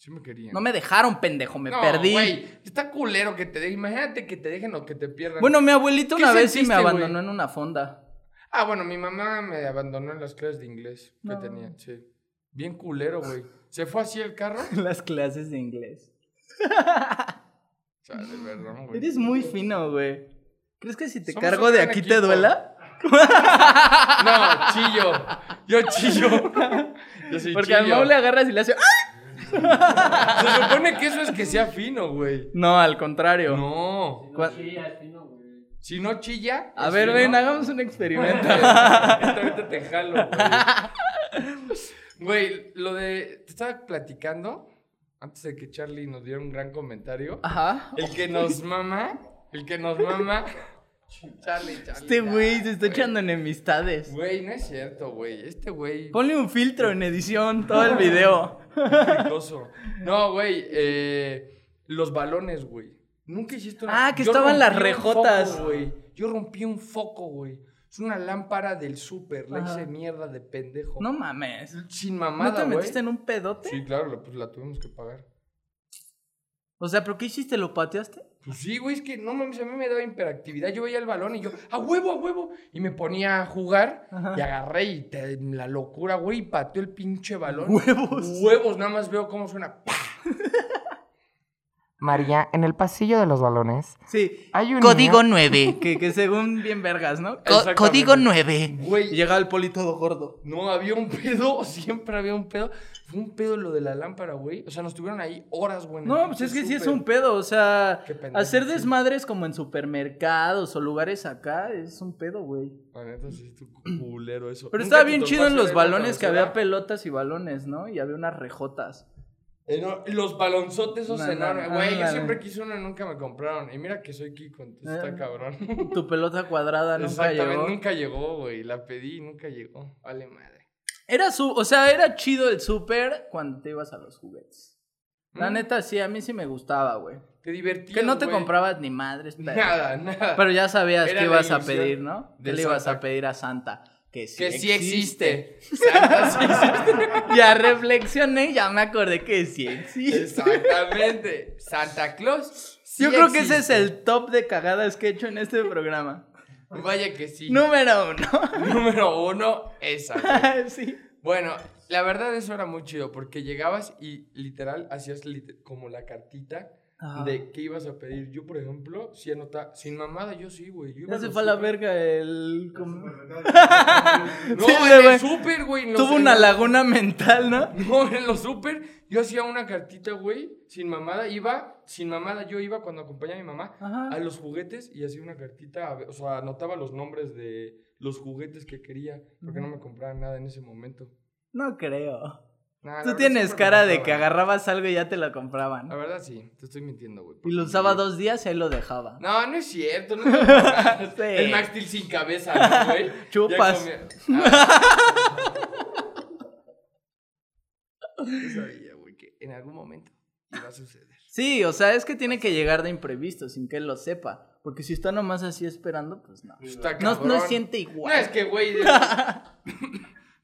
Speaker 2: Sí me querían.
Speaker 1: No me dejaron, pendejo, me
Speaker 2: No,
Speaker 1: perdí.
Speaker 2: güey, está culero que te dejen. Imagínate que te dejen o que te pierdan.
Speaker 1: Bueno, mi abuelito
Speaker 2: ¿Qué
Speaker 1: una vez sí me
Speaker 2: sentiste, güey?
Speaker 1: abandonó en una fonda. (laughs)
Speaker 2: Ah, bueno, mi mamá me abandonó en las clases de inglés que tenía, sí. Bien culero, güey. Se fue así el carro. O
Speaker 1: Las clases de inglés.
Speaker 2: sea, de verdad, güey.
Speaker 1: Eres muy fino, güey. ¿Crees que si te
Speaker 2: Somos
Speaker 1: cargo
Speaker 2: un
Speaker 1: de
Speaker 2: gran
Speaker 1: aquí te
Speaker 2: equipo.
Speaker 1: duela?
Speaker 2: No, chillo. Yo chillo. Yo soy
Speaker 1: Porque
Speaker 2: chillo.
Speaker 1: al Mau le agarras y le hace. ¡ah!
Speaker 2: Se supone que eso es que sea fino, güey.
Speaker 1: No, al contrario.
Speaker 2: No.
Speaker 1: Cua-
Speaker 2: Si no chilla.
Speaker 1: A
Speaker 2: es
Speaker 1: ver,
Speaker 2: fino. (laughs)
Speaker 1: ven, hagamos un experimento.
Speaker 2: Ahorita ahorita te jalo, güey. Güey, lo de. Te estaba platicando antes de que Charlie nos diera un gran comentario.
Speaker 1: Ajá.
Speaker 2: El que nos mama. El que nos mama. Charlie, Charlie.
Speaker 1: Este
Speaker 2: ya,
Speaker 1: güey se está echando enemistades.
Speaker 2: Güey, no es cierto, güey. Este güey.
Speaker 1: Ponle un filtro en edición, todo
Speaker 2: (laughs)
Speaker 1: el video.
Speaker 2: Peligroso. No, güey. eh, los balones, güey. Nunca hiciste una.
Speaker 1: Ah, que
Speaker 2: Yo
Speaker 1: estaban las
Speaker 2: rompí un foco,
Speaker 1: rejotas.
Speaker 2: güey. Yo rompí un foco, güey. Es una lámpara del súper. La
Speaker 1: Ajá.
Speaker 2: hice mierda de pendejo.
Speaker 1: No mames.
Speaker 2: Sin
Speaker 1: ¿No
Speaker 2: mamada,
Speaker 1: te
Speaker 2: güey.
Speaker 1: metiste en un pedote?
Speaker 2: Sí, claro, la- pues la tuvimos que pagar.
Speaker 1: O sea, ¿pero qué hiciste? ¿Lo pateaste?
Speaker 2: Pues sí, güey, es que no mames, a mí me daba hiperactividad. Yo veía el balón y yo, a huevo, a huevo. Y me ponía a jugar
Speaker 1: Ajá.
Speaker 2: y agarré y te- la locura, güey, y pateó el pinche balón.
Speaker 1: Huevos.
Speaker 2: Huevos, nada más veo cómo suena. ¡pa! María, en el pasillo de los balones
Speaker 1: Sí.
Speaker 2: hay un.
Speaker 3: Código 9.
Speaker 1: (laughs) Que, que según bien vergas, ¿no?
Speaker 3: Co-
Speaker 2: Exactamente.
Speaker 3: código 9.
Speaker 1: Y
Speaker 2: Güey,
Speaker 1: llega el poli todo gordo.
Speaker 2: no había un pedo, (laughs) siempre había un pedo. Fue un pedo lo de la lámpara, güey. O sea, nos tuvieron ahí horas, güey. en el
Speaker 1: No, pues es
Speaker 2: pinche
Speaker 1: que sí es
Speaker 2: súper.
Speaker 1: un pedo, o sea,
Speaker 2: Qué pendejo,
Speaker 1: hacer
Speaker 2: sí.
Speaker 1: desmadres como en supermercados o lugares acá es un pedo, güey.
Speaker 2: La neta, sí, estuvo culero eso.
Speaker 1: Pero
Speaker 2: Nunca
Speaker 1: estaba
Speaker 2: te
Speaker 1: bien
Speaker 2: tocó
Speaker 1: chido en
Speaker 2: hacer
Speaker 1: los
Speaker 2: la
Speaker 1: balones que había
Speaker 2: cabecera.
Speaker 1: pelotas y balones, ¿no? Y había unas rejotas.
Speaker 2: Eh, no, los balonzotes esos
Speaker 1: No, no,
Speaker 2: enormes.
Speaker 1: no,
Speaker 2: Güey, yo
Speaker 1: ándale.
Speaker 2: siempre quise uno y nunca me compraron. Y mira que soy Kiko, entonces
Speaker 1: Eh,
Speaker 2: está cabrón.
Speaker 1: Tu pelota cuadrada nunca
Speaker 2: Exactamente,
Speaker 1: llegó.
Speaker 2: nunca llegó, güey. La pedí y nunca llegó. Vale madre.
Speaker 1: Era su, o sea, era chido el súper cuando te ibas a los juguetes. La
Speaker 2: Mm.
Speaker 1: neta sí, a mí sí me gustaba, güey.
Speaker 2: Te divertías,
Speaker 1: Que no te
Speaker 2: güey.
Speaker 1: comprabas ni madres, pero,
Speaker 2: Nada, nada.
Speaker 1: pero ya sabías
Speaker 2: Era
Speaker 1: que
Speaker 2: la
Speaker 1: ibas a
Speaker 2: ilusión
Speaker 1: pedir, ¿no?
Speaker 2: de
Speaker 1: Que le ibas a
Speaker 2: Santa.
Speaker 1: pedir a Santa. Que sí,
Speaker 2: (laughs) que sí
Speaker 1: existe. (laughs)
Speaker 2: existe. Santa sí existe.
Speaker 1: ya reflexioné, ya me acordé que sí existe.
Speaker 2: Exactamente. Santa Claus. sí
Speaker 1: Yo creo que ese es
Speaker 2: existe.
Speaker 1: el top de cagadas que he hecho en este programa.
Speaker 2: Vaya que sí.
Speaker 1: Número uno. (laughs)
Speaker 2: Número uno, esa. güey.
Speaker 1: sí.
Speaker 2: Bueno, la verdad eso era muy chido porque llegabas y literal hacías lit- como la cartita
Speaker 1: Ah.
Speaker 2: de qué ibas a pedir. Yo, por ejemplo, si anotaba, sin mamada, yo sí, güey. yo iba
Speaker 1: Ya
Speaker 2: a
Speaker 1: se
Speaker 2: los
Speaker 1: fue a la
Speaker 2: súper.
Speaker 1: verga el... como-
Speaker 2: No,
Speaker 1: Sí,
Speaker 2: en
Speaker 1: güey.
Speaker 2: el súper, güey. en los-
Speaker 1: Tuvo
Speaker 2: en
Speaker 1: una
Speaker 2: los-
Speaker 1: laguna mental, ¿no?
Speaker 2: No, en los súper yo hacía una cartita, güey, sin mamada. Iba, sin mamada, yo iba cuando acompañaba a mi mamá
Speaker 1: Ajá.
Speaker 2: a los juguetes y hacía una cartita, a ver, o sea, anotaba los nombres de los juguetes que quería porque no me compraban nada en ese momento.
Speaker 1: No creo.
Speaker 2: Nah, la
Speaker 1: Tú
Speaker 2: verdad,
Speaker 1: tienes
Speaker 2: siempre me
Speaker 1: cara de que
Speaker 2: compraban.
Speaker 1: agarrabas algo y ya te lo
Speaker 2: La
Speaker 1: compraban.
Speaker 2: verdad sí, te estoy mintiendo, güey.
Speaker 1: Y lo
Speaker 2: porque-
Speaker 1: usaba dos días y ahí lo dejaba.
Speaker 2: No, no es cierto.
Speaker 1: (laughs)
Speaker 2: No te pases.
Speaker 1: Sí.
Speaker 2: El mástil sin cabeza,
Speaker 1: (laughs)
Speaker 2: ¿no, güey. Ya
Speaker 1: Chupas.
Speaker 2: comía- Ah.
Speaker 1: (laughs)
Speaker 2: Yo sabía, güey, que en algún momento iba a suceder.
Speaker 1: Sí, o sea, es que tiene que llegar de imprevisto sin que él lo sepa. Porque si está nomás así esperando, pues no.
Speaker 2: Está
Speaker 1: No,
Speaker 2: cabrón.
Speaker 1: no siente
Speaker 2: No,
Speaker 1: igual.
Speaker 2: es que,
Speaker 1: (laughs)
Speaker 2: güey. de-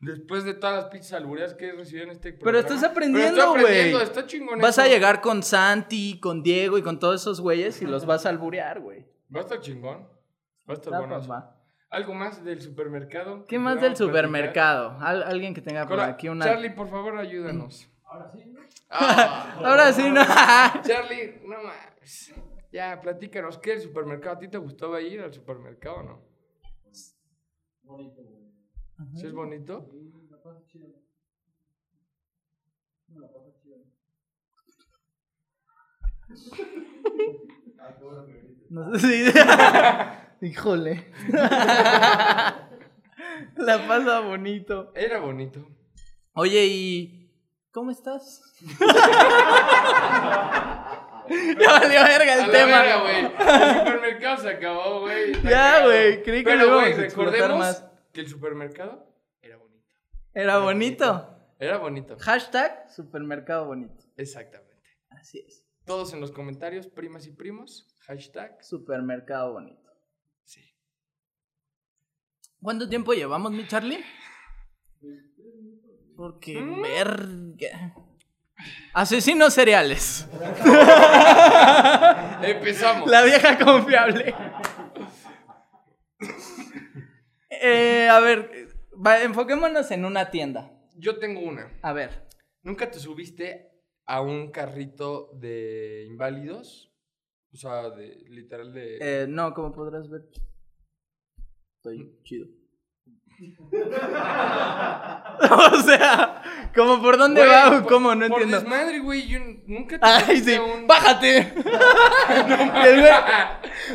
Speaker 2: Después de todas las pinches albureas que recibieron este programa.
Speaker 1: estás
Speaker 2: Pero
Speaker 1: aprendiendo,
Speaker 2: estoy aprendiendo,
Speaker 1: güey.
Speaker 2: Está chingón.
Speaker 1: Vas a
Speaker 2: eso.
Speaker 1: llegar con Santi, con Diego y con todos esos güeyes y los vas a alburear,
Speaker 2: (laughs)
Speaker 1: güey.
Speaker 2: Va a estar chingón. Va a estar
Speaker 1: Está,
Speaker 2: bueno. eso.
Speaker 1: papá.
Speaker 2: Algo más del supermercado.
Speaker 1: ¿Qué más del
Speaker 2: Podamos platicar.
Speaker 1: supermercado? Al- alguien que tenga por
Speaker 2: Cora,
Speaker 1: aquí una.
Speaker 2: Charlie, por favor, ayúdanos. Ah,
Speaker 1: Ahora sí, no. (laughs)
Speaker 2: Charlie, no más. Ya, platícanos, ¿qué el supermercado? ¿A ti te gustaba ir al supermercado o no? Bonito, ¿Sí es bonito?
Speaker 1: No sé si- Híjole. (laughs) La pasa bonito.
Speaker 2: Era bonito.
Speaker 1: Oye, ¿y cómo estás?
Speaker 2: (laughs)
Speaker 1: ya valió verga el
Speaker 2: A la
Speaker 1: tema.
Speaker 2: verga, güey. El supermercado se acabó, güey. Está
Speaker 1: Ya,
Speaker 2: cagado.
Speaker 1: güey, creí que lo
Speaker 2: Pero, güey,
Speaker 1: íbamos a explotar
Speaker 2: recordemos
Speaker 1: más.
Speaker 2: que el supermercado era bonito.
Speaker 1: Era bonito.
Speaker 2: Era bonito,
Speaker 1: Hashtag supermercado bonito.
Speaker 2: exactamente.
Speaker 1: Así es.
Speaker 2: Todos en los comentarios, primas y primos, hashtag,
Speaker 1: Supermercado bonito.
Speaker 2: sí.
Speaker 1: ¿Cuánto tiempo llevamos, mi Charlie? Porque
Speaker 2: ¿Mm?
Speaker 1: verga. Asesinos
Speaker 2: (laughs)
Speaker 1: cereales.
Speaker 2: Empezamos.
Speaker 1: La vieja confiable. Eh, a ver, va, enfoquémonos en una tienda.
Speaker 2: Yo tengo una.
Speaker 1: A ver.
Speaker 2: ¿Nunca te subiste a un carrito de inválidos? O sea, de, literal de...
Speaker 1: eh, no, como podrás ver. Estoy chido. (laughs) o sea, como por dónde
Speaker 2: Güey,
Speaker 1: va o
Speaker 2: por-
Speaker 1: cómo, no
Speaker 2: por
Speaker 1: entiendo.
Speaker 2: desmadre, güey, yo nunca te
Speaker 1: Ay,
Speaker 2: subiste
Speaker 1: sí.
Speaker 2: a un...
Speaker 1: ¡Bájate!
Speaker 2: (laughs)
Speaker 1: Y el güey-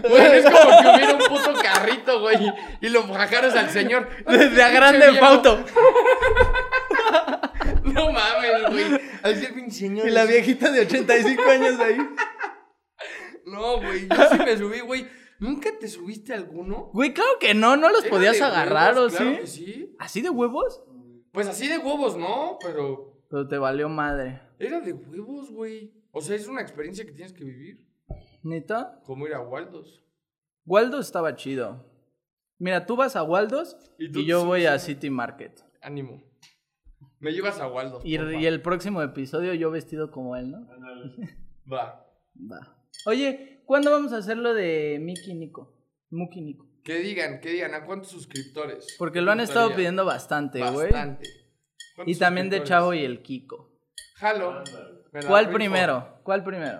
Speaker 2: Güey, es como que hubiera un puto carrito, güey, y lo bajaras al señor.
Speaker 1: (laughs) Desde a
Speaker 2: Pinche
Speaker 1: grande
Speaker 2: viejo.
Speaker 1: pauto.
Speaker 2: No mames, güey. Así el pinche señor.
Speaker 1: Y la
Speaker 2: así.
Speaker 1: viejita de 85 años ahí.
Speaker 2: No, güey. Yo sí me subí, güey. ¿Nunca te subiste a alguno?
Speaker 1: Güey, claro que no, no los
Speaker 2: Era
Speaker 1: podías
Speaker 2: de
Speaker 1: agarrar,
Speaker 2: huevos,
Speaker 1: ¿o
Speaker 2: claro que
Speaker 1: sí?
Speaker 2: sí.
Speaker 1: ¿Así de huevos?
Speaker 2: Pues así de huevos, ¿no? Pero
Speaker 1: Pero te valió madre.
Speaker 2: era de huevos, güey. O sea, es una experiencia que tienes que vivir.
Speaker 1: ¿Neta?
Speaker 2: Como ir a Waldos.
Speaker 1: Waldos estaba chido. Mira, tú vas a Waldos
Speaker 2: Y tú
Speaker 1: y yo
Speaker 2: te
Speaker 1: voy
Speaker 2: subes
Speaker 1: a
Speaker 2: a-
Speaker 1: City Market.
Speaker 2: Ánimo. Me llevas a Waldos.
Speaker 1: Y,
Speaker 2: porfa.
Speaker 1: y el próximo episodio yo vestido como él, ¿no?
Speaker 2: Va.
Speaker 1: Va. Oye, ¿cuándo vamos a hacer lo de Mickey y Nico? Muki y Nico.
Speaker 2: Que digan, que digan, ¿a cuántos suscriptores?
Speaker 1: Porque lo han
Speaker 2: Me
Speaker 1: estado
Speaker 2: gustaría.
Speaker 1: pidiendo bastante, güey.
Speaker 2: Bastante.
Speaker 1: Y
Speaker 2: ¿Cuántos
Speaker 1: también de
Speaker 2: suscriptores?
Speaker 1: Chavo y el Kiko.
Speaker 2: Jalo. Me la
Speaker 1: ¿Cuál
Speaker 2: rifo.
Speaker 1: primero? ¿Cuál primero?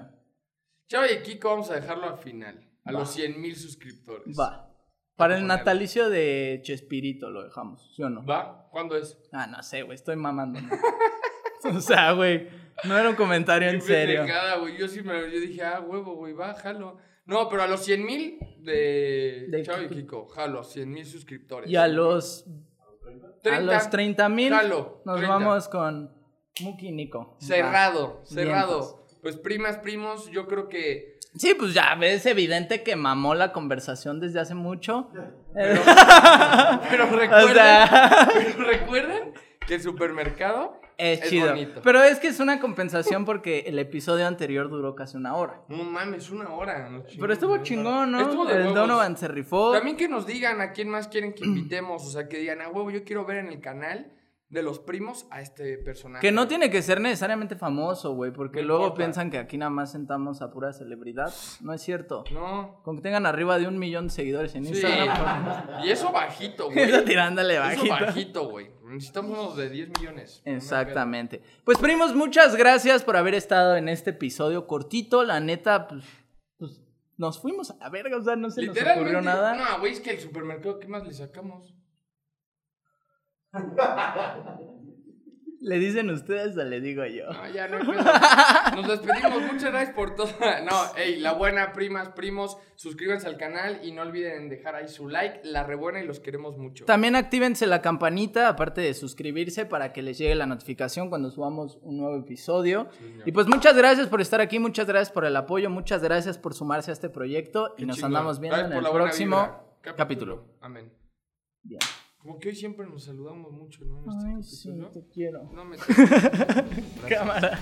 Speaker 2: Chavo y Kiko vamos a dejarlo al final. A los 100 mil suscriptores.
Speaker 1: Va. Para el
Speaker 2: ponerlo.
Speaker 1: natalicio de Chespirito lo dejamos, ¿sí o no?
Speaker 2: ¿Va? ¿Cuándo es?
Speaker 1: Ah, no (laughs) sé, güey, estoy mamando. ¿no? o sea, güey, no era un comentario en
Speaker 2: Qué
Speaker 1: serio.
Speaker 2: pendejada, güey. Yo sí me yo dije, ah, huevo, güey, va, jalo. No, pero a los 100 mil de,
Speaker 1: De
Speaker 2: Chavo
Speaker 1: Kiko.
Speaker 2: y Kiko, jalo, 100 mil suscriptores.
Speaker 1: Y a los
Speaker 2: 30,
Speaker 1: a los 30 mil
Speaker 2: Jalo,
Speaker 1: nos
Speaker 2: 30.
Speaker 1: vamos con Muki y Nico.
Speaker 2: Cerrado, cerrado.
Speaker 1: Vientos.
Speaker 2: Pues primas, primos, yo creo
Speaker 1: Va.
Speaker 2: que.
Speaker 1: Sí, pues ya ves, evidente que mamó la conversación desde hace mucho. (laughs)
Speaker 2: Pero, pero
Speaker 1: O
Speaker 2: recuerden,
Speaker 1: sea,
Speaker 2: pero recuerden que el supermercado
Speaker 1: es, chido.
Speaker 2: bonito.
Speaker 1: Pero es que es una compensación porque el episodio anterior duró casi una hora.
Speaker 2: No mames, una hora. no
Speaker 1: Pero
Speaker 2: chingues,
Speaker 1: estuvo
Speaker 2: no,
Speaker 1: chingón, ¿no?
Speaker 2: Estuvo de
Speaker 1: el
Speaker 2: huevos.
Speaker 1: Donovan se rifó.
Speaker 2: También que nos digan a quién más quieren que invitemos. O sea, que digan, ah, huevo, yo quiero ver en el canal de los primos a este personaje.
Speaker 1: Que no tiene que ser necesariamente famoso, güey, porque
Speaker 2: No
Speaker 1: luego
Speaker 2: importa.
Speaker 1: piensan que aquí nada más sentamos a pura celebridad. No es cierto.
Speaker 2: No.
Speaker 1: Con que tengan arriba de un millón de seguidores en
Speaker 2: Sí.
Speaker 1: Instagram. (laughs)
Speaker 2: (laughs) Y eso bajito, güey.
Speaker 1: Eso tirándole
Speaker 2: Eso
Speaker 1: bajito.
Speaker 2: bajito, güey. Necesitamos unos de 10 millones.
Speaker 1: Exactamente. Pues primos, muchas gracias por haber estado en este episodio cortito. La neta, pues, pues, nos fuimos a la verga, o sea, no se nos
Speaker 2: Literalmente.
Speaker 1: ocurrió nada.
Speaker 2: No, güey, es que el supermercado, ¿qué más le sacamos?
Speaker 1: ¿Le dicen ustedes o le digo yo?
Speaker 2: No, Ah, ya no. hay pedo. Nos despedimos. Muchas gracias por todo. (laughs) No, hey, la buena, primas, primos. Suscríbanse al canal y no olviden dejar ahí su like. La rebuena y los queremos mucho.
Speaker 1: También actívense la campanita, aparte de suscribirse, para que les llegue la notificación cuando subamos un nuevo episodio. Y pues muchas gracias por estar aquí, muchas gracias por el apoyo, muchas gracias por sumarse a este proyecto y
Speaker 2: Qué
Speaker 1: nos
Speaker 2: chingón.
Speaker 1: andamos viendo
Speaker 2: Gracias
Speaker 1: en
Speaker 2: por
Speaker 1: el
Speaker 2: la buena
Speaker 1: próximo
Speaker 2: vibra.
Speaker 1: capítulo.
Speaker 2: Amén.
Speaker 1: Bien.
Speaker 2: Como que hoy siempre nos saludamos mucho, ¿no? En este (laughs)
Speaker 1: Ay, sí,
Speaker 2: capítulo.
Speaker 1: te quiero.
Speaker 2: No me
Speaker 1: Cámara.